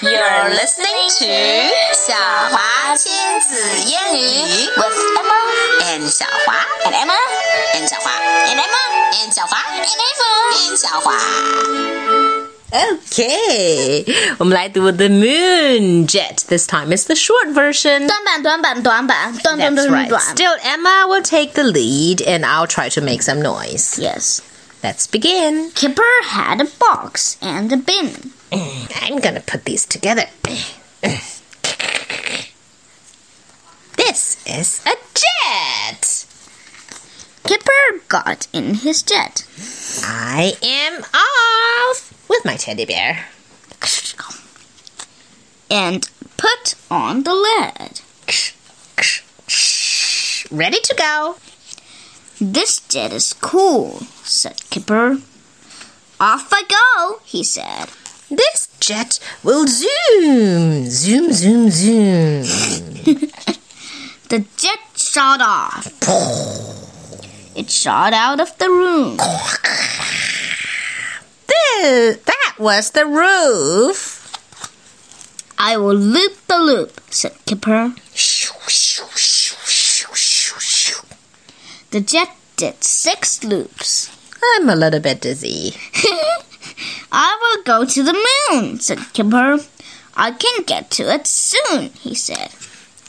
You're listening to 小华亲子英语 with Emma and 小华 and Emma and 小华 and Emma and 小华 and Emma and 小华。 Okay. 我们来读 The Moon Jet this time. It's the short version. 短板，短板，短板，短短 That's 短 right. 短。 Still, Emma will take the lead and I'll try to make some noise. Yes. Let's begin. Kipper had a box and a bin. I'm gonna put these together. This is a jet. Kipper got in his jet. I am off with my teddy bear. And put on the lid. Ready to go. This jet is cool, said Kipper. Off I go, he said. This jet will zoom, zoom, zoom, zoom. The jet shot off. It shot out of the room. Th- that was the roof. I will loop the loop, said Kipper. The jet did six loops. I'm a little bit dizzy. I will go to the moon, said Kipper. I can get to it soon, he said.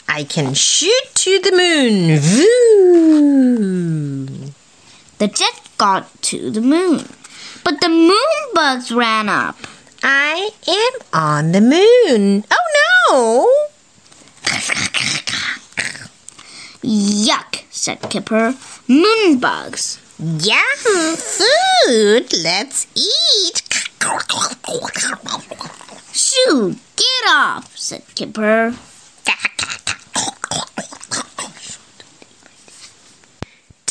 I can shoot to the moon. Voo. The jet got to the moon. But the moon bugs ran up. I am on the moon. Oh Yuck, said Kipper. Moon bugs. no! Yum food. Let's eat. Shoo, get off, said Kipper.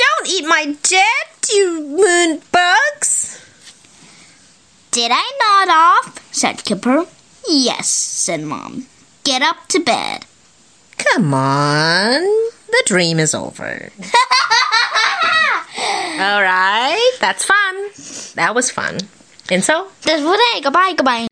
Don't eat my jet, you moon bugs. Did I nod off? said Kipper. Yes, said Mom. Get up to bed. Come on. The dream is over. All right. That's fun. That was fun. And so? That's what I goodbye, goodbye.